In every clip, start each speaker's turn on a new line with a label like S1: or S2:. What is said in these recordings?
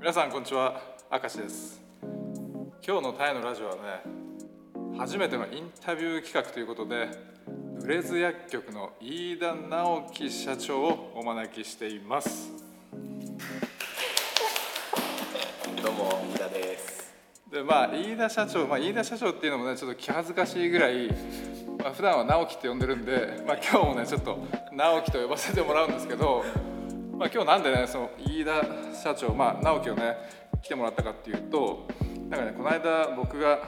S1: 皆さんこんにちは明石です今日のタイのラジオはね初めてのインタビュー企画ということでブレズ薬局の飯田直樹社長をお招きしています
S2: どうも飯田です。
S1: でまあ飯田社長、まあ、飯田社長っていうのもねちょっと気恥ずかしいぐらい、まあ普段は直樹って呼んでるんで、まあ、今日もねちょっと直樹と呼ばせてもらうんですけど、まあ、今日なんでねその飯田社長、まあ、直樹をね来てもらったかっていうとなんかねこの間僕が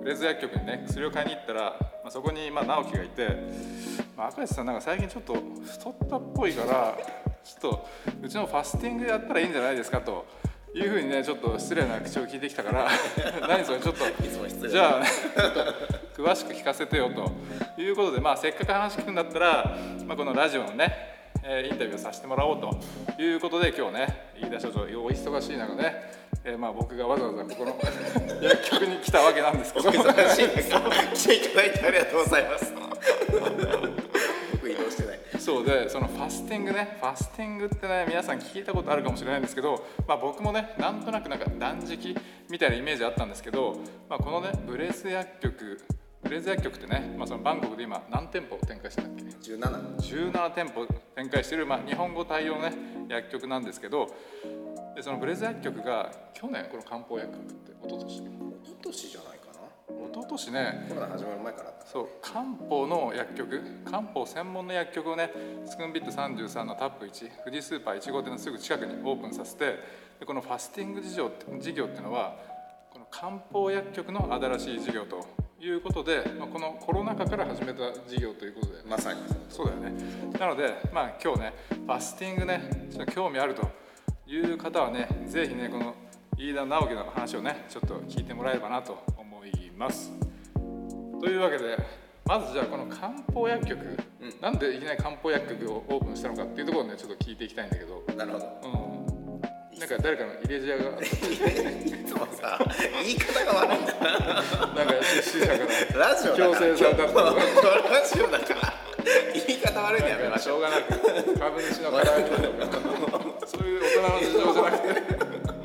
S1: フレーズ薬局にね薬を買いに行ったら、まあ、そこにまあ直樹がいて「まあ、赤石さんなんか最近ちょっと太ったっぽいからちょっとうちのファスティングやったらいいんじゃないですか」と。いうふうにねちょっと失礼な口を聞いてきたから 何それちょっと
S2: いつも失礼
S1: じゃあ、詳しく聞かせてよということで、まあ、せっかく話聞くんだったら、まあ、このラジオのね、えーインタビューをさせてもらおうということで今日ね飯田所長お忙しい中ね、えーまあ、僕がわざわざここの 薬局に来たわけなんですけど
S2: 忙しいです。来ていただいてありがとうござい ます。僕移動してない。
S1: そうでそのファスティングねファスティングってね皆さん聞いたことあるかもしれないんですけど、まあ、僕もねなんとなくなんか断食みたいなイメージあったんですけど、まあ、このねブレス薬局ブレス薬局ってね、まあ、そのバンコクで今何店舗展開してんだっけ
S2: 十七。
S1: 17店舗展開してる、まあ、日本語対応の、ね、薬局なんですけどでそのブレス薬局が去年この漢方薬局って一昨年
S2: 一昨年じゃないかな。
S1: 一昨年ね
S2: コロナ始まる前から。
S1: そう漢方の薬局漢方専門の薬局をねスクンビット33のタップ1富士スーパー1号店のすぐ近くにオープンさせてでこのファスティング事業って事業っていうのはこの漢方薬局の新しい事業ということで、まあ、このコロナ禍から始めた事業ということで、
S2: まさに。
S1: そうだよねなのでまあ今日ねファスティングねちょっと興味あるという方はねぜひねこの飯田直樹の話をねちょっと聞いてもらえればなと思いますというわけでまずじゃあこの漢方薬局、
S2: うん
S1: なんでいきなり漢方薬局をオープンしたのかっていうところをねちょっと聞いていきたいんだけど
S2: なるほど。
S1: うんなんか誰かの入れ知恵 があっ
S2: いつもさ言い方が悪いんだ。
S1: たなんか出資者から
S2: ラジオだから。
S1: 強制された
S2: 今日今日ラジオだから。言い方悪いのやめ
S1: なん
S2: ま
S1: か
S2: し
S1: し
S2: ょう。
S1: ょ うがなく株主の方とかそういう大人の事情じ ゃなくて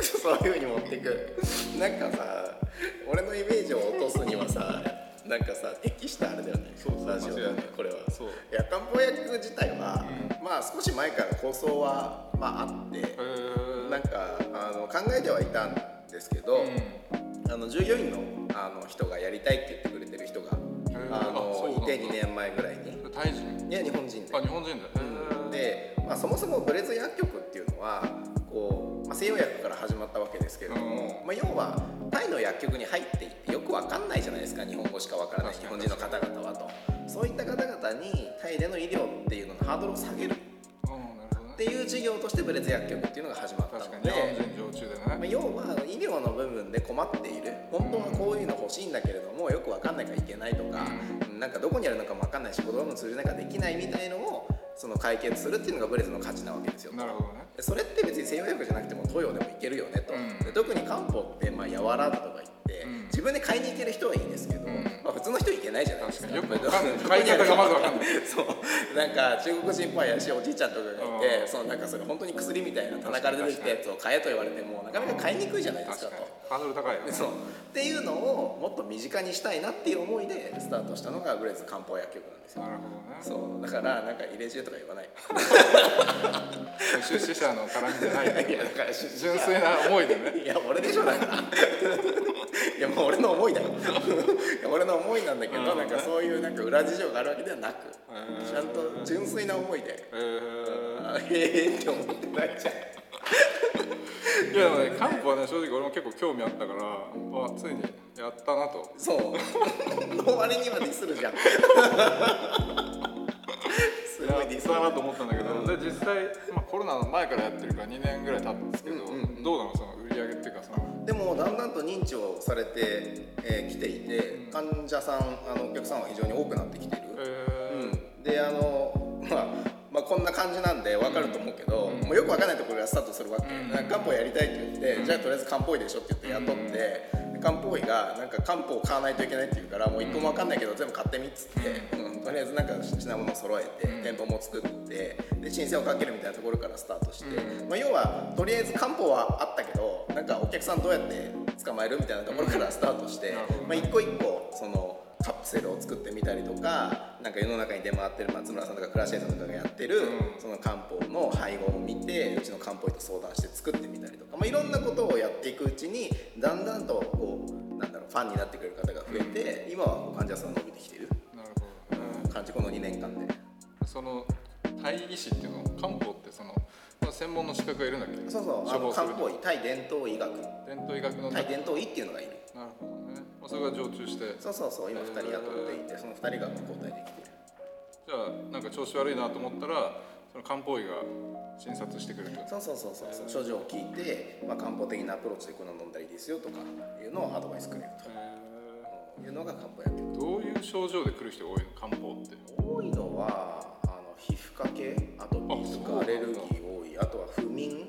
S2: すぐそういう風に持ってく。なんかさ、俺のイメージを落とすにはさ。なんかさ適したあれだよね
S1: そうそう
S2: ラジオだよ
S1: 間違
S2: ね
S1: いない
S2: これは
S1: そう
S2: いや漢方薬自体は、まあ少し前から構想は、まあ、あって
S1: え、ー
S2: なんかあの考えてはいたんですけど、あの従業員のあの人がやりたいって言ってくれてる人が、
S1: ー
S2: あ
S1: あそうなん
S2: のい
S1: だ
S2: て2年前ぐらいに
S1: うん、タイ人
S2: いや日本人で
S1: あ日本人だ、え
S2: で、まあ、そもそもブレズ薬局っていうのはこう、まあ、西洋薬から始まったわけですけれども、
S1: う
S2: まあ、要はタイの薬局に入っていってよくわかんないじゃないですか日本語しかわからない日
S1: 確か
S2: 本
S1: に
S2: 人の方々はとそういった方々にタイでの医療っていうののハードルを下げるっ
S1: ー、うんなるほど
S2: て
S1: ね
S2: いう事業としてブレズ薬局っていうのが始まった
S1: 確か
S2: の
S1: に日本
S2: で。
S1: 人常駐で
S2: まあ
S1: ね
S2: 要は医療の部分で困っている本当はこういうの欲しいんだけれどもよくわかんなきゃいけないとかなんかどこにあるのかもわかんないし子供も通じなきゃできないみたいのをその解決するっていうのがブレズの価値なわけですよ
S1: なるほどね
S2: でそれって別に西洋薬じゃなくても東洋でもいけるよねと、
S1: うん
S2: で特に漢方ってまあ柔らだとか言って、
S1: うん
S2: 自分で買いに行ける人はいいんですけど、
S1: ん
S2: まあ、普通の人いけないじゃないですか
S1: 確かによくわかんない買い方がまずわかんない
S2: そうなんか中国人っぽい怪しいおじいちゃんとかがいて、
S1: うん
S2: そのなんかそれ本当に薬みたいな棚から出てきたやつを買えと言われてもなかなか買いにくいじゃないです
S1: 確
S2: か
S1: かに
S2: と。
S1: ハードル高いよね
S2: そうっていうのをもっと身近にしたいなっていう思いでスタートしたのがブレズ漢方薬局なんですよ
S1: なるほ
S2: そうだからなんか入れ知恵とか言わない
S1: どね出資者の絡みじゃないけど
S2: いやだから出
S1: 純粋な思いでね
S2: いや俺でしょだから いやもう俺の思いだよ いや俺の思いなんだけど、なんかそういうなんか裏事情があるわけではなく、
S1: うん
S2: ちゃんと純粋な思いで、
S1: えー
S2: あへえって思ってないじゃん
S1: いやでもね漢方はね正直俺も結構興味あったからあついにやったなと
S2: そう の割にはディスるじゃん すごいデ
S1: や
S2: ィ
S1: っ
S2: ス
S1: たな
S2: る
S1: と思ったんだけど、で実際、まあ、コロナの前からやってるから2年ぐらい経ったんですけど、
S2: うんうん
S1: どうなのその売り上げっていうかその
S2: でもだんだんと認知をされてき、えー来ていて、
S1: ん
S2: 患者さんあのお客さんは非常に多くなってきてる、
S1: えー
S2: うんであの、まあ、まあこんな感じなんで分かると思うけど、もうよく分かんないところからスタートするわけ、
S1: うん
S2: なんか漢方やりたいって言って、じゃあとりあえず漢方医でしょって言って雇って、で漢方医がなんか漢方を買わないといけないって言うからもう一個も分かんないけど全部買ってみっつって、うんとりあえずなんか品物揃えて、
S1: うん
S2: 店舗も作ってで申請をかけるみたいなところからスタートして、
S1: う
S2: まあ、要はとりあえず漢方はあったけどなんかお客さんどうやって捕まえるみたいなところからスタートして、
S1: なるほど
S2: まあ、一個一個そのカプセルを作ってみたりとかなんか世の中に出回ってる松村さんとか倉重さんとかがやってる、
S1: うん
S2: その漢方の配合を見てうちの漢方医と相談して作ってみたりとか、まあ、いろんなことをやっていくうちにだんだんとこうなんだろうファンになってくれる方が増えて、今は患者さん伸びてきてる、
S1: なるほどね
S2: うん、感じこの2年間で
S1: そのタイ医師っていうの漢方ってその、まあ、専門の資格がいるんだっけど
S2: そうそうあの漢方
S1: 医
S2: 医対伝統医学
S1: 伝統医学の
S2: 対伝統医っていうのがいる
S1: なるほどね、まあ、それが常駐してじゃ
S2: そうそうそう今2人雇っていてその2人が交代できてる
S1: あなんか調子悪いなと思ったらその漢方医が診察してくれると
S2: そうそうそうそうそう症状を聞いて、まあ、漢方的なアプローチでこんなの飲んだらいいですよとかいうのをアドバイスくれる
S1: へ
S2: というのが漢方薬
S1: ーどういう症状で来る人が多いの漢方って
S2: 多いのはあの皮膚科系あと
S1: あ
S2: 水
S1: そうなん
S2: か
S1: だ
S2: アレルギー多いあとは不眠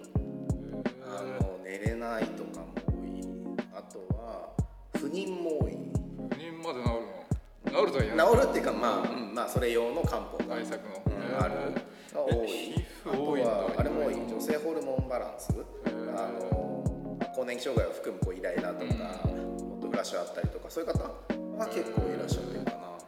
S2: あの寝れないとかも多いあとは不妊も多い
S1: 不妊まで治るの治るとは言えない
S2: 治るっていうかまあ、うんまあ、それ用の漢方が、
S1: 対策の、
S2: うん
S1: へー
S2: あるが多い
S1: え皮
S2: あ
S1: 膚
S2: と
S1: 多いんだ
S2: はあれも多い女性ホルモンバランス
S1: ー
S2: あの更年期障害を含むこうイライラとかもっとフラッシュあったりとかそういう方は結構いらっしゃってるかな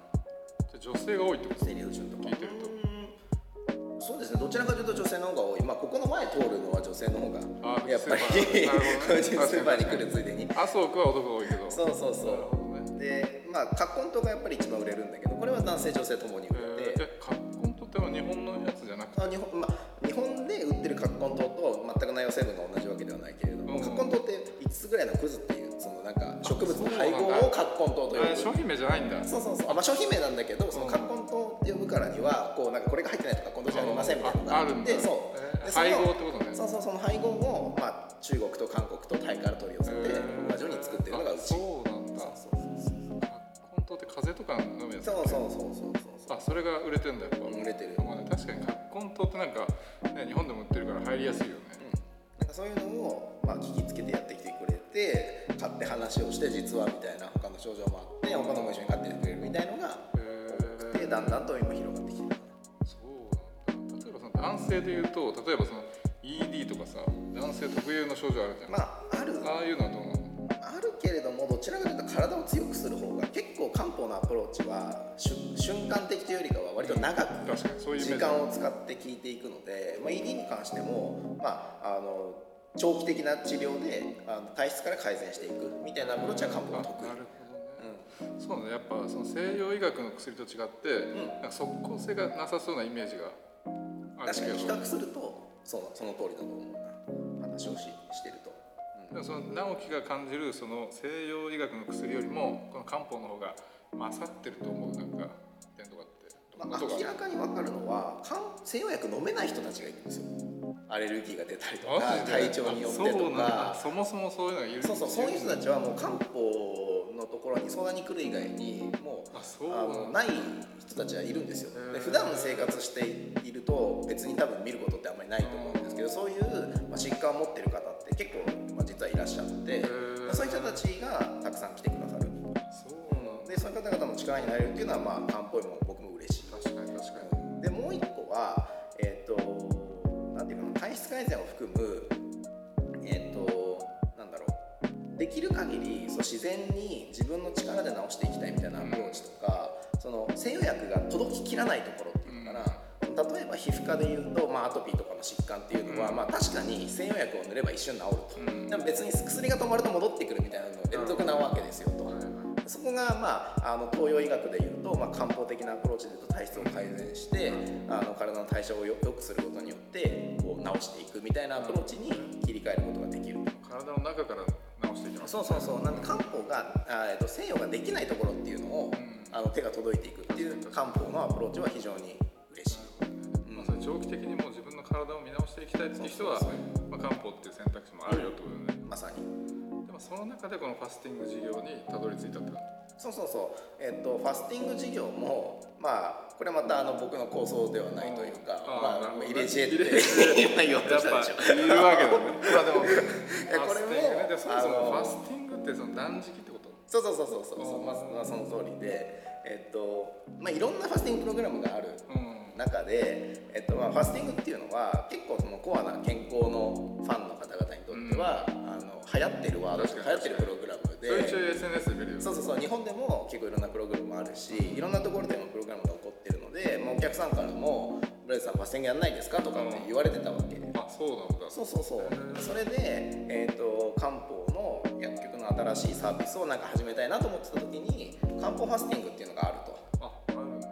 S1: じゃあ女性が多いってこと
S2: 生理不順とか
S1: 聞いてると
S2: うんそうですねどちらかというと女性の方が多いまあここの前通るのは女性の方
S1: あ
S2: がやっぱり
S1: スーパーなるほどね
S2: スーパーに来るついでに
S1: 麻生区は男が多いけど
S2: そうそうそ
S1: なる
S2: う
S1: ほどね
S2: でまあ葛根とがやっぱり一番売れるんだけどこれは男性女性ともに売れて
S1: えー、えカッコンとっては日本のやつじゃなくて
S2: あ日本まあ、日本で売ってるカッコン糖と全く内容成分が同じわけではないけれども、
S1: うん
S2: カッコン糖って5つぐらいのクズっていうそのなんか植物の配合
S1: そうなんだ
S2: をカッコン糖と呼ぶ
S1: あ商品名じゃないんだ
S2: そうそうそうあまあ、商品名なんだけどその
S1: うん
S2: カッコン糖って呼ぶからにはこうなんかこれが入ってないとカッコン糖じゃありませんみたいなのが
S1: ああるんだ
S2: でそう、
S1: えー
S2: でその
S1: 配合ってことね
S2: そうそうその配合を、まあ、中国と韓国とタイから取り寄せて
S1: えー
S2: 同じように作ってるのがうち
S1: あそうなんだ
S2: そうそうそう
S1: 本当って風邪とか飲むやつ
S2: そうそうそうそうそう
S1: あそれが売れてんだやっぱ、
S2: そう売れてる
S1: まあね確かにカッコン糖ってなんか、ね、日本でも売ってるから入りやすいよね、
S2: なんかそういうのを、まあ、聞きつけてやってきてくれて買って話をして実はみたいな他の症状もあって他のも一緒に買ってくれるみたいのが
S1: へ
S2: で
S1: え
S2: だんだんと今広がってきてる
S1: そうなんだ例えばその男性でいうと例えばその ED とかさ男性特有の症状あるじゃん、
S2: まあある
S1: ああいうのはどうなの
S2: あるけれどもどちらかというと体を強くする方が結構漢方のアプローチはしゅ瞬間的というよりかは割と長く
S1: 確かにそういうイ
S2: 時
S1: メージ
S2: 間を使って聞いていくので、まあ、ED に関しても、まあ、あの長期的な治療であの体質から改善していくみたいなアプローチは漢方
S1: あ
S2: が
S1: なる
S2: 得意。
S1: ほどね、そうねやっぱその西洋医学の薬と違って、
S2: ん
S1: なんか即効性がなさそうなイメージがある
S2: 確
S1: け
S2: か
S1: ど
S2: に比較するとそのその通りだと思うな話をししてると、
S1: でもその直樹が感じるその西洋医学の薬よりもこの漢方の方が勝ってると思うなんか点とかってど
S2: まあ
S1: んなとこ
S2: 明らかに分かるのは漢西洋薬飲めない人たちがいるんですよアレルギーが出たりとか
S1: マジで
S2: 体調によって
S1: あそ
S2: と
S1: うなんだ
S2: か
S1: そもそもそういうのがいる
S2: そうそうそういう人たちはもう漢方のところに相談に来る以外にもう
S1: あそうな
S2: あの
S1: んだ
S2: ない人たちはいるんですよ
S1: へー
S2: で普段生活していると別に多分見ることってあんまりないと思うんですけどそういう、まあ、疾患を持ってる方って結構、まあ、実はいらっしゃってで
S1: ー
S2: そういう人たちがたくさん来てくださる
S1: そうなん
S2: でそういう方々の力になれるっていうのはまあ漢方医も僕も嬉しい
S1: だ確かに確か
S2: でもう一個はえっ、となんていうかな体質改善を含むえっ、となんだろうできる限りそう自然に自分の力で治していきたいみたいなアプローチとか、その西洋薬が届ききらないところっていうのかな、例えば皮膚科でいうと、まあ、アトピーとかの疾患っていうのは、
S1: うん
S2: まあ、確かに西洋薬を塗れば一瞬治る
S1: う
S2: と、
S1: ん
S2: でも別に薬が止まると戻ってくるみたいなの連続なわけですよと、そこが、まあ、あの東洋医学でいうと、まあ、漢方的なアプローチでいうと体質を改善して、あの体の代謝をよ良くすることによってこう治していくみたいなアプローチに切り替えることができる
S1: に体の中から治していきます
S2: そうそうそうなんで漢方があ、えっと、西洋ができないところっていうのを、
S1: うん
S2: あの手が届いていくっていう漢方のアプローチは非常に嬉しい。
S1: なるほどねまあ、それ長期的にもう自分の体を見直していきたいっていう人は
S2: そうそう
S1: まあ、漢方っていう選択肢もあるよってことだよね
S2: まさに
S1: でもその中でこのファスティング事業にたどり着いたって感
S2: そうそうそう、えっとファスティング事業もまあこれまたあの僕の構想ではないというか、
S1: あーなるほ
S2: まあ、
S1: どね
S2: 入れ知恵って
S1: 入れ知恵
S2: 今言おう
S1: じ
S2: と
S1: やっ
S2: した
S1: ぱい
S2: でしょ
S1: るわけだね まあでも
S2: いやこれも
S1: ファスティングねでもそもそもフ
S2: あの
S1: ァスティングってその断食ってこと
S2: そうそうそうそうそう
S1: あー
S2: まずまあその通りでえっとまあいろんなファスティングプログラムがある
S1: うん
S2: 中で、えっとまあ、ファスティングっていうのは結構そのコアな健康のファンの方々にとっては、あの流行ってるワード
S1: 確かに
S2: 流行ってるプログラム
S1: それ一
S2: で
S1: 応 SNS で見るよね
S2: そうそうそう日本でも結構いろんなプログラムもあるしいろんなところでもプログラムが起こってるので、まあ、お客さんからも「ブレイズさんファスティングやんないですか?」とかって言われてたわけ。
S1: あそうなんだ
S2: そうそうそう
S1: うん
S2: それで、えー、と漢方の薬局の新しいサービスをなんか始めたいなと思ってた時に漢方ファスティングっていうのがあると。
S1: ああるんだ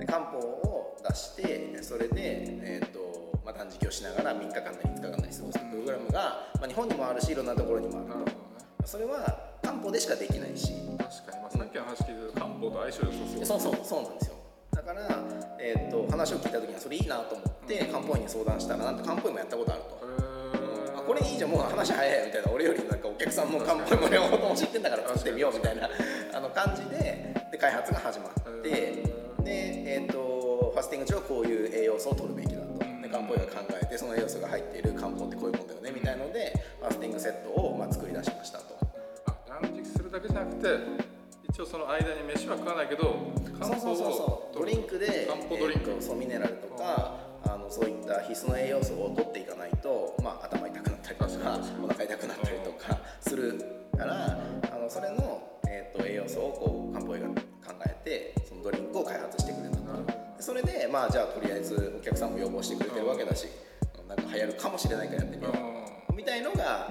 S2: で漢方を出してでそれで、えーとまあ、断食をしながら3日間なり5日間なり過ごすプログラムが、まあ、日本にもあるしいろんなところにもある
S1: なるほどね
S2: それは漢方でしかできないし
S1: 確かに、まあ、さっきの話聞いてた漢方と相性良さそう
S2: そうそうそうなんですよだから、えー、と話を聞いた時にはそれいいなと思って漢方医に相談したらなんと漢方医もやったことあると。
S1: へー
S2: あこれいいじゃんもう話早いみたいな俺よりなんかお客さんも乾杯も両方とも知ってんだから作ってみようみたいなあの感じでで開発が始まってで
S1: う、
S2: えー、とファスティング中はこういう栄養素を取るべきだと
S1: ん
S2: で漢方医が考えてその栄養素が入っている漢方ってこういうもんだよねみたいのでファスティングセットをまあ作り出しましたと。
S1: あ断食するだけじゃなくて一応その間に飯は食わないけど
S2: そう
S1: 漢方
S2: そうそう
S1: を
S2: そうドリンクで
S1: 漢方ドリンク
S2: えーとそうミネラルとか、あのそういった必須の栄養素を取っていかないと、まあ、頭痛くなったりと
S1: 確か
S2: か
S1: に確かに
S2: お腹痛くなったりとかするからあのそれの、えー、と栄養素をこう漢方医が考えてそのドリンクを開発してくれた
S1: なるほど
S2: それでまあじゃあとりあえずお客さんも要望してくれてるわけだし、なんか流行るかもしれないからやってみよう、みたいのが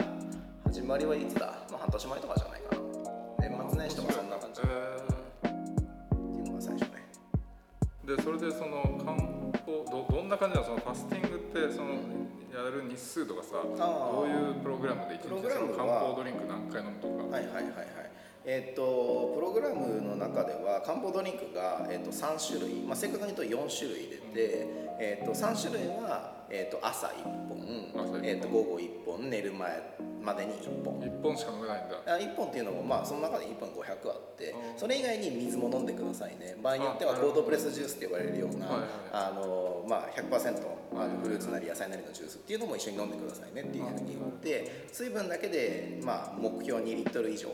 S2: 始まりはいつだ、まあ、半年前とかじゃないかな年末年始とかそんな感じっ
S1: え
S2: ていうのが最初ね
S1: ーでそれでその漢方どどんな感じなのそのファスティングってそのやる日数とかさ
S2: ー
S1: どういうプログラムで一日
S2: プログラム
S1: そ
S2: は
S1: の漢方ドリンク何回飲むとか、
S2: はいはいはいはいえっ、とプログラムの中では漢方ドリンクが、えー、と3種類、まあ、正確に言うと4種類入れて、えー、と3種類は、えー、と朝1
S1: 朝一
S2: 本
S1: 本
S2: えー、と午後1本寝る前までに1本
S1: 1本しか飲めないんだ
S2: あ1本っていうのもまあその中で1本500あって
S1: うん
S2: それ以外に水も飲んでくださいね場合によっては
S1: あ
S2: コールドプレスジュースって呼ばれるような
S1: はいはい
S2: あの、まあ、100%あのフルーツなり野菜なりのジュースっていうのも一緒に飲んでくださいねっていうふうに言って水分だけで、まあ、目標2リットル以上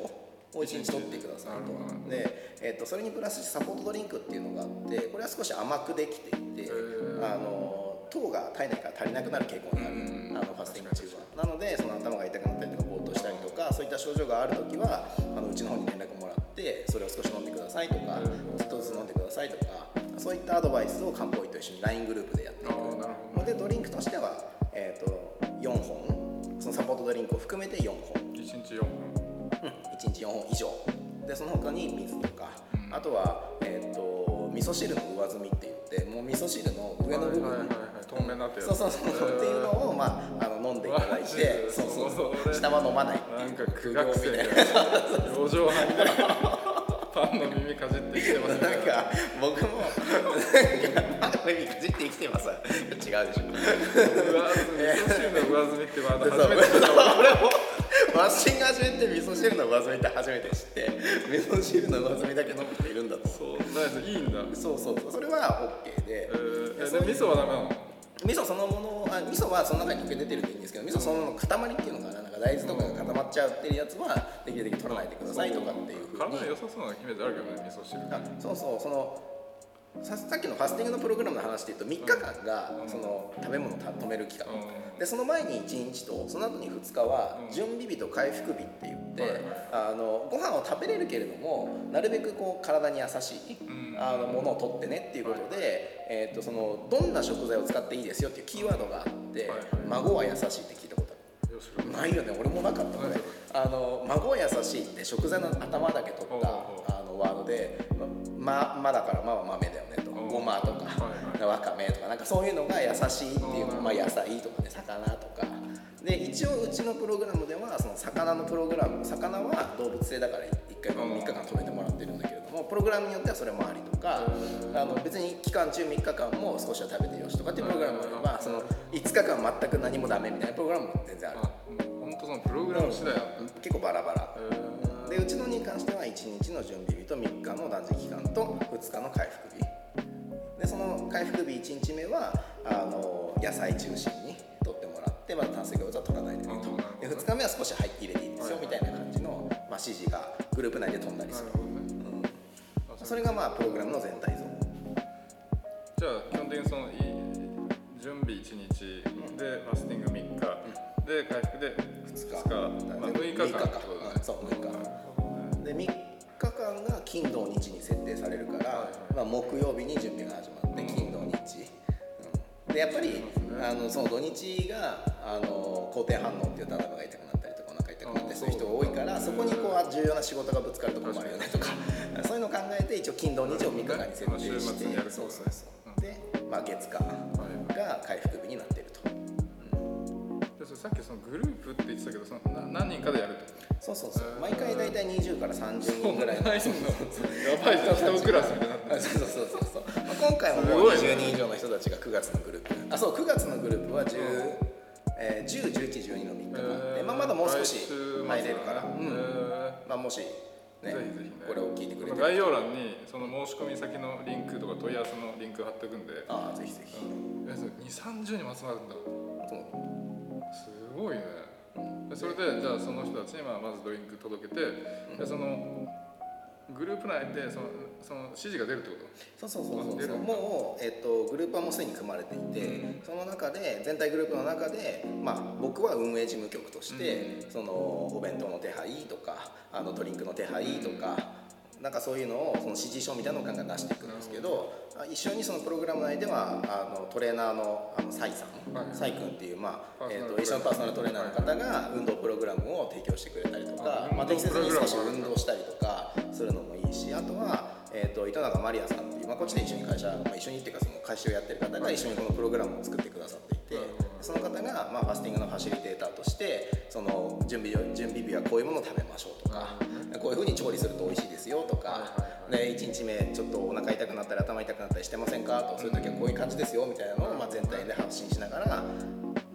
S2: を1日取ってください
S1: なるほ
S2: とで、えっとそれにプラスサポートドリンクっていうのがあってこれは少し甘くできていて
S1: ー
S2: あの糖が体内から足りなくなる傾向にある
S1: うん
S2: あのファスティング中はなのでその頭が痛くなったりとかぼーっとしたりとかそういった症状がある時はあのうちの方に連絡もらってそれを少し飲んでくださいとか
S1: うん
S2: ちょっとずつ飲んでくださいとかそういったアドバイスを漢方医と一緒に LINE グループでやってい
S1: あ
S2: る
S1: ーなるほ
S2: のでドリンクとしては、えー、と4本そのサポートドリンクを含めて4本
S1: ど1日4本
S2: 1日4本以上でその他に水とか、
S1: うん
S2: あとは、えー、と味噌汁の上積みって言ってもう味噌汁の上の部分、
S1: はいはいはいはい透明になってる
S2: そうそうそう、
S1: へー
S2: っていうのを、まあ、あの飲んでいただい
S1: マジで
S2: て そうそうそう
S1: それ
S2: 下は飲まない
S1: なんか
S2: 苦
S1: 苦
S2: 行
S1: 学
S2: み
S1: 生
S2: たいな
S1: が路上半でパンの耳かじってきてます
S2: なん
S1: ね
S2: か僕もなんかパンの耳かじって生きてます違うでしょ
S1: 上積み味噌汁の上積みってワード
S2: そう
S1: 初めて聞いた
S2: 俺もマッシング始めて味噌汁の上積みって初めて知って味噌汁の上積みだけ飲む人いるんだと
S1: そうナイスいいんだ
S2: そうそうそうそれは OK で、
S1: えー
S2: で
S1: え
S2: そ
S1: で
S2: ういう
S1: 味噌はダメなの
S2: 味噌そのものをあ味噌はその中に溶け出てるといいんですけど味噌そのものの塊っていうのかななんか大豆とかが固まっちゃうってるやつはできるだけ取らないでくださいとかっていうふうに
S1: 体に良さそうなイメージあるけどね味噌汁
S2: あそうそうそのささっきのファスティングのプログラムの話でいうと3日間が
S1: うん
S2: その食べ物をた止める期間
S1: うん
S2: でその前に1日とその後に2日は
S1: うん
S2: 準備日と回復日って言って、
S1: はいはい
S2: あのご飯を食べれるけれどもなるべくこう体に優しい、
S1: うん
S2: あのものを取ってねっていうことで、えー、とそのどんな食材を使っていいですよっていうキーワードがあって「
S1: はいはい
S2: 孫は優しい」って聞いたことある。
S1: よしこれ
S2: ないよね俺もなかったこ
S1: ない
S2: れ
S1: よね
S2: あの「孫は優しい」って食材の頭だけ取
S1: おうお
S2: った
S1: う
S2: あのワードで「ま」まだから「ま」は豆だよねと
S1: おう
S2: 「ごま」とか
S1: はい
S2: 「わかめ」とかなんかそういうのが優しいっていう
S1: おう
S2: まあ野菜とかね魚とかで一応うちのプログラムではその魚のプログラム魚は動物性だから1回
S1: おう
S2: 3日間止めてもらってるんだけれどもプログラムによってはそれもありとかあの別に期間中3日間も少しは食べてよしとかっていうプログラムもあればその5日間全く何もダメみたいなプログラムも全然ある
S1: あもう本当そのプログラム次第なんだ
S2: 結構バラバラ
S1: えー
S2: でうちのに関しては1日の準備日と3日の断食期間と2日の回復日でその回復日1日目はあの野菜中心に取ってもらってまだ炭水化物は取らないでね
S1: あーなるほど
S2: とで2日目は少し入入れていよみたいな感じの、まあ、指示がグループ内で飛んだり
S1: な
S2: す
S1: る
S2: る、
S1: ほどね
S2: うん、それがまあプログラムの全体像
S1: じゃあ基本的にそのい準備1日でファスティング3日で回復で
S2: 2
S1: 2日、
S2: 日
S1: まあ、6日間って
S2: か
S1: ことだ
S2: うん
S1: ね
S2: そう6日間で3日間が金土日に設定されるから、まあ、木曜日に準備が始まって、
S1: うん
S2: 金土日、うんでやっぱり、あのその土日があの肯定反応っていう頭が痛くなったりとかお腹痛くなったりする人が多いからそこにこうあ重要な仕事がぶつかると困るよねとかそういうのを考えて一応金土日を3日間に設定
S1: 週
S2: して
S1: 末にやる
S2: そうそうそう、
S1: うん
S2: で、まあ、月火が回復日になってると。
S1: でそれさっきそのグループって言ってたけどそのな何人かでやるってこと
S2: そうそうそう
S1: へー
S2: 毎回大体20から30人ぐらいの
S1: ないのやばいじゃん一クラスみたいになってる
S2: あそうそうそうそうそう、まあ、今回ももう
S1: すごいね
S2: 20人以上の人たちが9月のグループあそう9月のグループは10、えー、10、11、12の3日間で、まあ、まだもう少し入れるから、
S1: 来週末だね
S2: うん
S1: へ
S2: まあ、もしね
S1: えぜひぜひね
S2: これを聞いてくれてる
S1: 概要欄にその申し込み先のリンクとか問い合わせのリンク貼っておくんで
S2: ああぜひぜひ、
S1: 2三3 0人集まるんだ
S2: そう
S1: すごいねでそれでじゃあその人たちにまあまずドリンク届けてでそのグループ内でそのその指示が出るってこと
S2: そうそうそうそう
S1: 出るんだ
S2: もう、えっとグループはもうすでに組まれていて、その中で全体グループの中で、まあ、僕は運営事務局として、そのお弁当の手配とかあのドリンクの手配とか、なんかそういうのをその指示書みたいなのをガンガン出していくんですけどあ一緒にそのプログラム内ではあのトレーナーのあのサイさん、
S1: はい
S2: サイ君っていう、まあ
S1: パーソナル
S2: えっ
S1: トレーナー
S2: と一緒のパーソナルトレーナーの方が運動プログラムを提供してくれたりとか
S1: あ
S2: まあ、適切に少し
S1: 運動プログラム
S2: 運動をしたりとかするのもいいしあとは、えー、と糸永まりやさんっていう、まあ、こっちで一緒に会社、まあ、一緒にっていうかその会社をやってる方が一緒にこのプログラムを作ってくださっていて
S1: はい
S2: その方が、まあ、ファスティングのファシリテーターとしてその準備を準備日はこういうものを食べましょうとかこういうふうに調理すると美味しいですよと
S1: はい
S2: か
S1: はい
S2: で1日目ちょっとお腹痛くなったり頭痛くなったりしてませんかとそういう時はこういう感じですよみたいなのを、まあ、全体で発信しながら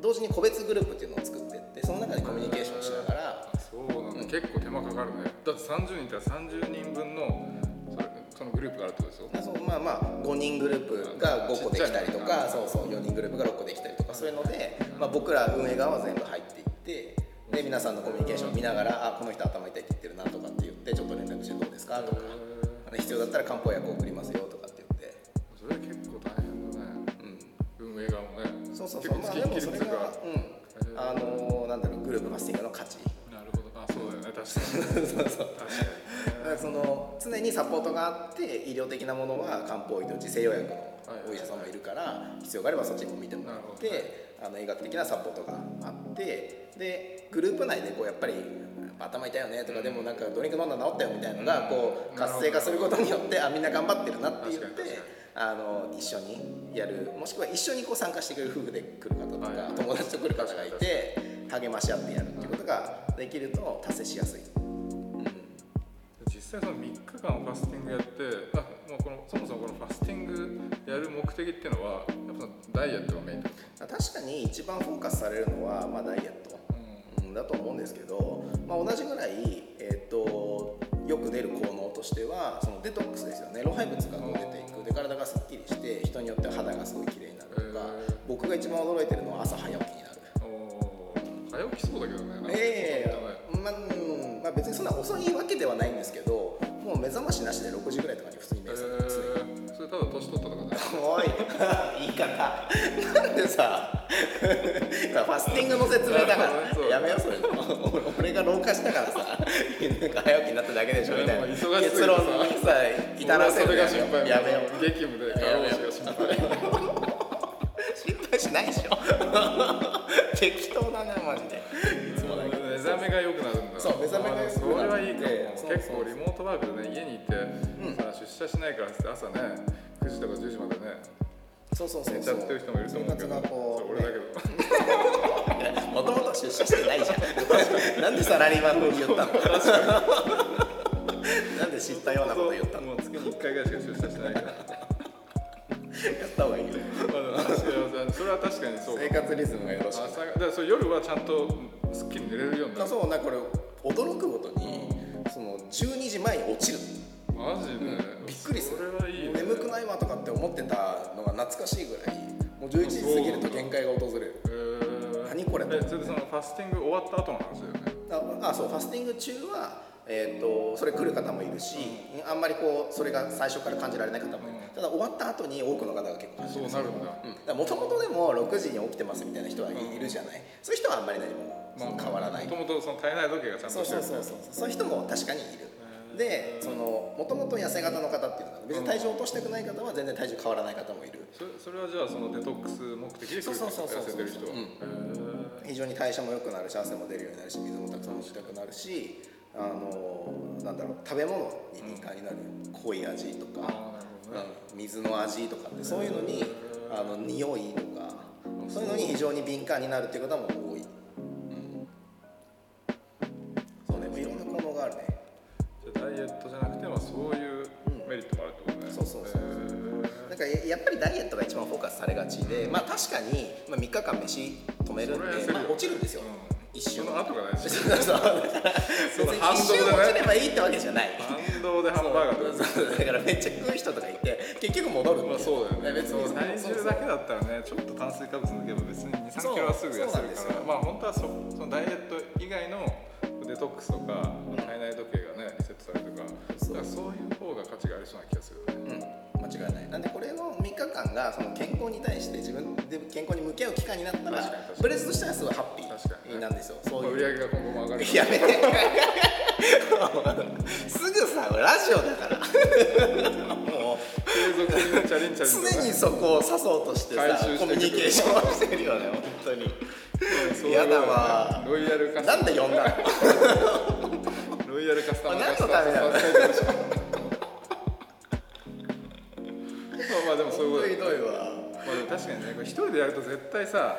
S2: 同時に個別グループっていうのを作っていってその中でコミュニケーションしながら。
S1: あそうなんだ、結構手間かかるねだって30人いたら30人分のそれそのグループがあるってことですよ
S2: あそうまあまあ5人グループが5個できたりと
S1: ちっちゃい
S2: かそうそう4人グループが6個できたりとかそういうので、まあ、僕ら運営側は全部入っていってで皆さんのコミュニケーションを見ながら「あこの人頭痛いって言ってるな」とかって言ってちょっと連絡してどうですかとかで必要だったら漢方薬を送りますよとかって
S1: それ結構大変だね
S2: 言って、
S1: 運営側もね
S2: うん、そうそうそうま
S1: 結
S2: あ
S1: 構
S2: で
S1: 付きっきり
S2: もそれ
S1: と
S2: が
S1: か、
S2: うん、あのーなんだろうグループファスティングの価値
S1: なるほどあそうだよね確かにそうそう確か
S2: だからその常にサポートがあって医療的なものは漢方医と自西洋薬のお医者さんもいるから必要があればそっちにも見てもらって、
S1: なる
S2: あの医学的なサポートがあってでグループ内でこうやっぱり頭痛いよねとか、でもなんかドリンク飲んだら治ったよみたいなのがこ
S1: うん
S2: う活性化することによってあみんな頑張ってるなって言って
S1: 確かに確かに
S2: あの一緒にやるもしくは一緒にこう参加してくれる夫婦で来る方とか、
S1: はいはい
S2: 友達と来る方がいて励まし合ってやるっていうことができると達成しやすい。うん
S1: に実際その3日間ファスティングやってあもうこのそもそもこのファスティングやる目的っていうのはやっぱそのダイエットがメインってこと
S2: 確かに一番フォーカスされるのは、まあ、ダイエット、うんだと思うんですけど、まあ、同じぐらい、えっとよく出る効能としてはそのデトックスですよね老廃物がこう出ていくで体がすっきりして人によっては肌がすごい綺麗になるとか
S1: へー
S2: 僕が一番驚いてるのは朝早起きになる。
S1: おー早起きそうだけどねなんか
S2: え
S1: 本当ね
S2: えまあうんまあ、別にそんな遅いわけではないんですけどもう目覚ましなしで6時ぐらいとかに普通に
S1: え
S2: 目覚まし
S1: ー、それただ年取ったとかじゃない
S2: おい 言い方なん でさ今ファスティングの説明だか
S1: なるほどねそう
S2: らやめようそれ俺俺が老化したからさなんか早起きになっただけでしょみたいな
S1: 忙しすぎてさ
S2: 結論にさ至らせ
S1: 俺
S2: る
S1: はそれが心配
S2: やめよう
S1: 激務で過労死が心配
S2: 心配しないでしょ 適当だなマジでいつもだけど
S1: 目覚めが良くなるんだ
S2: そう目覚めが良くなる
S1: あそれはいいかも、
S2: ええそう
S1: 結構リモートワークでね家にいて、さ出社しないからっつって朝ね9時とか10時までね
S2: そうそうそう
S1: 寝ち
S2: そ
S1: ゃ
S2: う
S1: ってる人もいると思うけ
S2: 生
S1: ど
S2: 活がこ
S1: そうれ俺だけど
S2: もともと出社してないじゃん なんでサラリーマン風に言ったの なんで知ったようなこと言ったの
S1: もう月に1回ぐらいしか出社してない から
S2: やった方がいいよ
S1: まあでもそれは確かにそう
S2: 生活リズムがよろし
S1: 朝だからそれ夜はちゃんとすっきり寝れるようにな
S2: く
S1: る
S2: そうなんかこれ驚くごとにその12時前に落ちる
S1: マジで、
S2: びっくりする
S1: それはいいね
S2: もう眠くないわとかって思ってたのが懐かしいぐらいもう11時過ぎると限界が訪れる
S1: えー
S2: 何これ
S1: えそれでそのファスティング終わった後の話だよね
S2: ああそうファスティング中は、えー、とそれ来る方もいるし、あんまりこうそれが最初から感じられない方もいる、
S1: うん
S2: ただ終わった後に多くの方が結構感じ
S1: そう
S2: る
S1: なるんだ
S2: もともとでも6時に起きてますみたいな人はいいるじゃない、そういう人はあんまり何もその変わらない、
S1: もともとその体内時計がちゃん
S2: そ
S1: と
S2: う
S1: して
S2: そう
S1: る
S2: そうそうそういう人も確かにいる
S1: へー
S2: でそのもともと痩せ型の方っていうのは別に体重を落としたくない方は全然体重変わらない方もいる
S1: それそれはじゃあそのデトックス目的で来る
S2: そうそうそうそう
S1: 痩せてる人は、
S2: うん
S1: へー
S2: 非常に代謝も良くなるし汗も出るようになるし水もたくさん飲みたくなるしあのなんだろう食べ物に敏感になる、濃い味と
S1: あーな
S2: か、
S1: るほどね
S2: うん、水の味とかってそういうのにあの匂いとかそういうのに非常に敏感になるっていう方も多い、うんそうねいろんな効能があるね
S1: じゃあダイエットじゃなくて、まあ、そういう
S2: うん
S1: メリットもあるってことね、
S2: そうそうそう
S1: へ
S2: なんかややっぱりダイエットが一番フォーカスされがちで、まあ確かに、まあ、3日間飯止めるん
S1: それは痩せ
S2: で、
S1: るよ
S2: まあ、落ちるんですよ、
S1: うん
S2: 一瞬
S1: その後が大事
S2: そうそうだから別
S1: の
S2: に
S1: 反動
S2: 一瞬
S1: でね
S2: 落ちればいいってわけじゃない
S1: ー反動でハンバーガーってこ
S2: そうだからめっちゃ食う人とかいて結局戻るん
S1: とまあそうだよね
S2: 別に
S1: 体重だけだったらねちょっと炭水化物抜けば別に
S2: そう
S1: 23キロはすぐ痩せ
S2: そうなん
S1: る
S2: です
S1: か
S2: よ
S1: らまあ本当はそそのダイエット以外のデトックスとか体内時計がねリセットされるとか
S2: そう
S1: だからそういう方が価値がありそうな気がするよね
S2: うん間違いないなんでこれの3日間がその健康に対して自分で健康に向き合う期間になったら
S1: 確かに確かに
S2: ブレスとしてはすごいハッピ
S1: 確かに
S2: ー
S1: ね
S2: なんですよ
S1: ま
S2: そう
S1: あ
S2: いう
S1: 売り上げが今後も上がる
S2: やめてすぐさラジオだからもう
S1: 継続的にチャリンチャリンとね
S2: 常にそこを刺そうとしてさ
S1: 回収してくる
S2: コミュニケーションをしてるよね本当に
S1: そう
S2: やだわ
S1: ロイヤルカス
S2: なんで呼んだの
S1: ロイヤルカスタマー
S2: 何
S1: カ
S2: の
S1: スタマ
S2: ためなの
S1: ーカスタマーカスタマーまあまあでもそういうこ
S2: 本当
S1: と
S2: ひ
S1: だ
S2: ど
S1: よ
S2: いわ
S1: まあでも確かにねこれ一人でやると絶対さ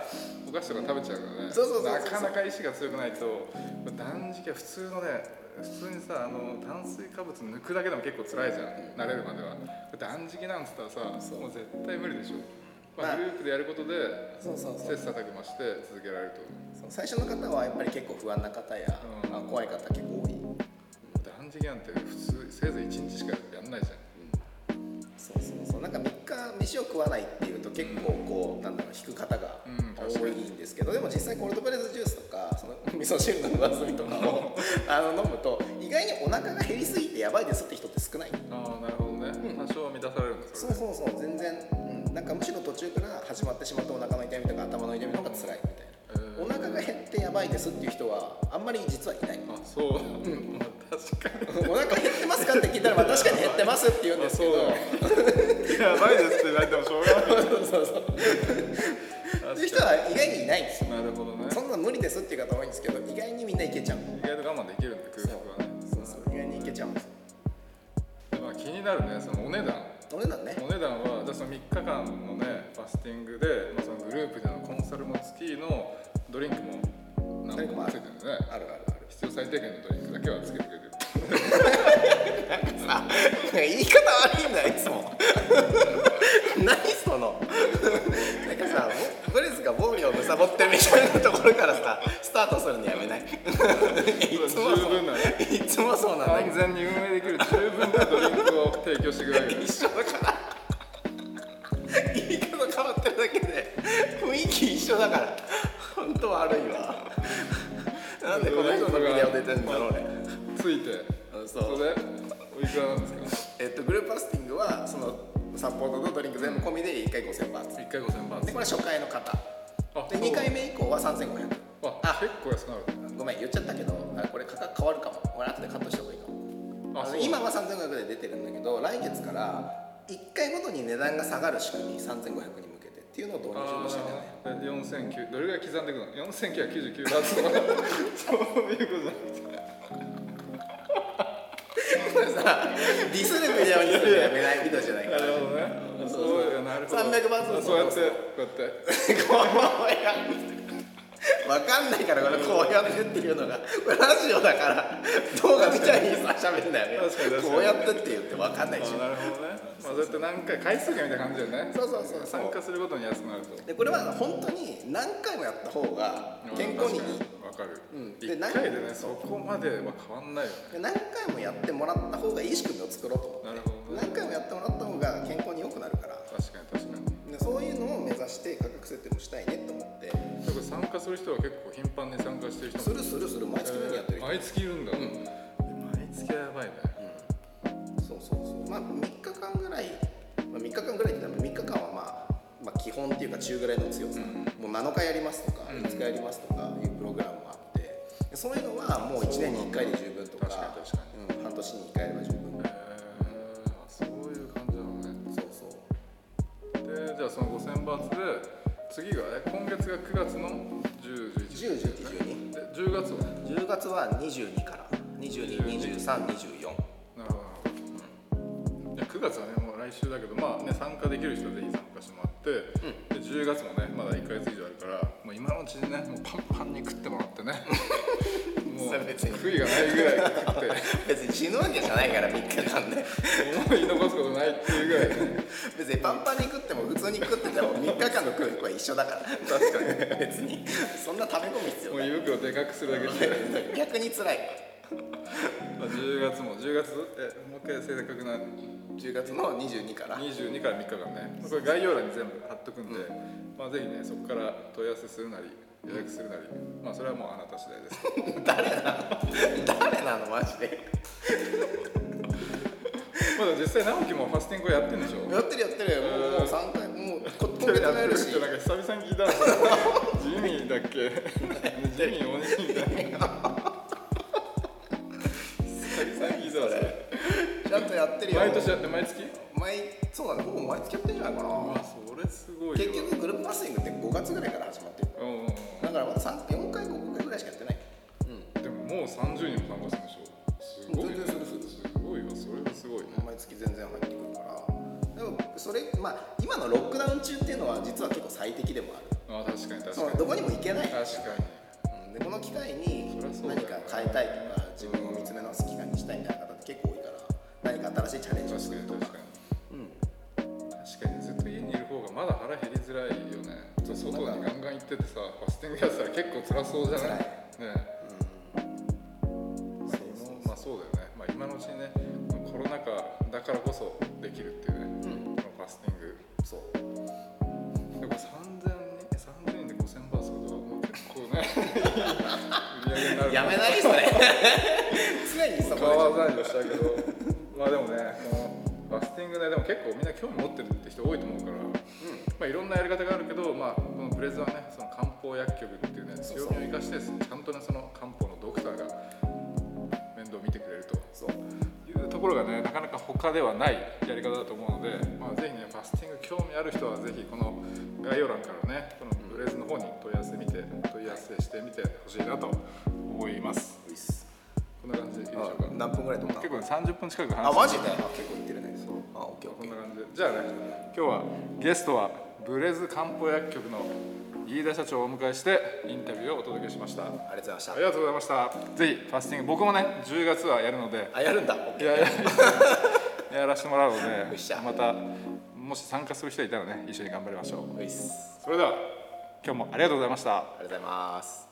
S1: お菓子とか食べちゃうからね
S2: そうそうそうそう
S1: なかなか意志が強くないとまあ断食は普通のね普通にさあの炭水化物抜くだけでも結構辛いじゃん慣れるまでは断食なんつったらさもう絶対無理でしょ、ま
S2: まあ
S1: あ、グループでやることで
S2: そうそうそう
S1: 切磋琢磨して続けられると
S2: そう最初の方はやっぱり結構不安な方や、
S1: うん
S2: まあ、怖い方結構多い、
S1: 断食なんて普通せいぜい1日しかやんないじゃん
S2: そうそうそうなんか3日飯を食わないっていうと結構こう、なんだろう引く方が
S1: うん
S2: 多いんですけど、でも実際コールドプレスジュースとかその味噌汁の上澄みとかを あの飲むと意外にお腹が減りすぎてやばいですって人って少ない
S1: ああなるほどね、多少は満たされるんですよ
S2: そう
S1: ね
S2: そうそう全然、うん、なんかむしろ途中から始まってしまったお腹の痛みとか頭の痛みの方が辛いみたいな。
S1: えー
S2: お腹が減ってやばいですっていう人はあんまり実はい ない。
S1: あそう、まあ確か
S2: お腹減ってますかって聞いたら、まあ、確かに減ってますって言うん
S1: にまあ
S2: です
S1: そ
S2: けど
S1: うだわやばいですって言われてもしょうがない
S2: そうそうそうっていう人は意外にいないんですよ
S1: なるほどね
S2: そんな無理ですっていう方多いんですけど意外にみんないけちゃう
S1: 意外と我慢できるんで空腹はね
S2: そうそう意外にいけちゃうんですよ
S1: まあ、気になるねそのお値段
S2: お値段ね
S1: お値段はじゃあその3日間のねファスティングで、まあ、そのグループでのコンサルも付きのドリンクも何本もついてるんでね
S2: あるあるある
S1: 必要最低限のドリンクだけはつけてくれてる
S2: さ言い方悪いんだよいつも何そのなんかさボブレスが暴利をむさぼってるみたいなところからさスタートするのやめないいつも
S1: 十
S2: そ
S1: 分なね
S2: ういつもそうなんだ
S1: 完
S2: けど
S1: 全に運営できる十分なドリンクを提供してくれるわけです
S2: 一緒だから言い方変わってるだけで雰囲気一緒だから本当悪いわなんでこの人のビデオ出てんだろうね
S1: ついて
S2: うんそ
S1: そうれおいくらなんですか
S2: えっとグループファスティングはそのサポートとドリンク全部込みで1回5000バーツ
S1: 1回5000バー
S2: でこれは初回の方
S1: あ
S2: で
S1: そう
S2: 2回目以降は3500
S1: あ結構安くなる
S2: ごめん言っちゃったけどあこれ価格変わるかも俺後でカットした方がいいか
S1: あ
S2: もあの
S1: そう
S2: 今は3500で出てるんだけど来月から1回ごとに値段が下がる仕組み3500に向けてっていうのを導入しましたよね
S1: あーで4900どれぐらい刻んでいくの4999バー ツとかそういうことじゃなくて
S2: これさディスるビデオにするのやめないビデオじゃないか
S1: な
S2: ら
S1: るほどねそうなるほど
S2: 300バーツ
S1: あそうやってこうやって
S2: こうやってわかんないからこれこうやってっていうのがこれラジオだから動画みたいにさ喋るんだよね
S1: 確かに確かに
S2: こうやってって言ってわかんないでし
S1: あ
S2: ょ
S1: なるほどねまあそうやって何回回数がみたいな感じだよね
S2: そうそうそうそう
S1: 参加するごとに安くなると
S2: でこれは本当に何回もやった方が健康にいい
S1: わかる
S2: うんで
S1: 1
S2: 何
S1: 回でねそこまでは変わんないよね
S2: で何回もやってもらった方がいい仕組みを作ろうと思って
S1: なるほどね
S2: 何回もやってもらった方が健康に良くなるから
S1: 確かに確かに
S2: でそういうのを目指して価格設定もしたいねと思って
S1: でこれ参加する人は結構頻繁に参加してる人
S2: す
S1: も
S2: るするする毎月のようにやってる人、
S1: 毎月いるんだ、
S2: ん
S1: 毎月はやばいね
S2: そうそうそうまあ3日間ぐらい、まあ、3日間ぐらいって言ったら3日間はまあまあ基本っていうか中ぐらいの強さ、もう7日やりますとか
S1: うん
S2: 5日やりますとかいうプログラムがあってでそういうのはもう1年に1回で十分とか
S1: そうなんだ確かに
S2: うん、半年に1回やれば十分
S1: へえあそういう感じなのね
S2: そうそう
S1: でじゃあその5000バーツで次がえ今月が9月の1011
S2: 10、11、12
S1: 10月はね
S2: 10月は22から22、23、24
S1: なるほどいや9月はねもう来週だけどまあね参加できる人はぜひ参加してもらって、で10月もねまだ1ヶ月以上あるからもう今のうちにねもうパンパンに食ってもら ってねもう
S2: それ別に
S1: 悔いがないぐらい食って
S2: 別に死ぬわけじゃないから3日間で
S1: 思い残すことないっていうぐらいね
S2: 別にパンパンに食っても普通に食ってても3日間の食う肉は一緒だから 確かに別にそんな食べ込む必要
S1: もう
S2: ない
S1: 胃袋でかくするだけで、
S2: 逆に辛い
S1: まあ、10月も10月えもう一回正確な
S2: 10月の22から
S1: 22から3日間ねこれ概要欄に全部貼っとくんで、まあぜひねそこから問い合わせするなり予約するなりまあそれはもうあなた次第です
S2: 誰なの誰なのマジで
S1: まだ実際直樹もファスティングをやってんでしょ
S2: やってるやってるもうもう3回もうこ今月
S1: やっ
S2: も
S1: て
S2: や
S1: る
S2: る
S1: っ
S2: して
S1: なんか久々に聞いたジミーだっ けジミーおにぎりだっけ久々に聞いたわそれ
S2: ちゃんとやってるよ
S1: 毎年やって毎月
S2: 毎そうだねほぼ毎月やってるんじゃないかな
S1: あそれすごいわ
S2: 結局グループファスティングって5月ぐらいから始まってる
S1: うんうんうん
S2: だからまだ3 4回5回ぐらいしかやってない
S1: でももう30人も参加するんでしょすごいね
S2: 全然するする
S1: すごいわそれはすごいね
S2: 毎月全然入ってくるからでもそれまあ今のロックダウン中っていうのは実は結構最適でも
S1: あ
S2: ある
S1: 確かに確
S2: そ
S1: か
S2: の
S1: に
S2: どこにも行けない、
S1: 確かに
S2: うんでこの機会に
S1: そりゃそうだ
S2: 何
S1: よ
S2: か変えたいとか自分を見つめ直す機会にしたいみたいな方って結構多いから何か新しいチャレンジを
S1: 確
S2: す
S1: か
S2: る
S1: に
S2: と
S1: 確
S2: か
S1: かに
S2: うん
S1: 確かにずっと家にいる方がまだ腹減りづらいよね外にガンガン行っててさファスティングやってたら結構辛そうじゃないねまあ今まあ
S2: そうそう
S1: そうだよねまあ今のうちにねコロナ禍だからこそできるっていうね
S2: うん
S1: このファスティング
S2: そう
S1: でも3000人3000人で5000バーツとかもう結構ね売り上げになる
S2: やめないそれ常にそこ
S1: 顔は残業したけどまあでもねこのファスティングねでも結構みんな興味持ってるって人多いと思うから、まあ、いろんなやり方があるけど、まあ、このブレズはねその漢方薬局っていうね
S2: そう
S1: 強
S2: そう
S1: みを生かしてちゃんとねその漢方のドクターが面倒を見てくれると
S2: でそう
S1: いうところがねなかなか他ではないやり方だと思うので、まあ、ぜひねファスティング興味ある人はぜひこの概要欄からねこのブレズの方に問い合わせ見て問い合わせしてみてほしいなと思います
S2: ういっす
S1: こんな感じでいいでしょ
S2: あ
S1: うか
S2: 何分ぐらいとった
S1: 結構ね30分近く話して
S2: あマジであ結構いってるねそうあオッケーオッ
S1: こ
S2: ケ
S1: ん
S2: ー
S1: な感じでじゃあね今日はゲストはブレズ漢方薬局の飯田社長をお迎えしてインタビューをお届けしましたあ
S2: ありがとうございました
S1: りがとうございましたぜひファスティング僕もね10月はやるので
S2: あやるんだオッ
S1: い
S2: ケー
S1: やいややらせ てもらうの
S2: よ
S1: で
S2: っしゃ
S1: またもし参加する人いたらね一緒に頑張りましょう
S2: ういっす
S1: それでは今日もありがとうございました
S2: ありがとうございます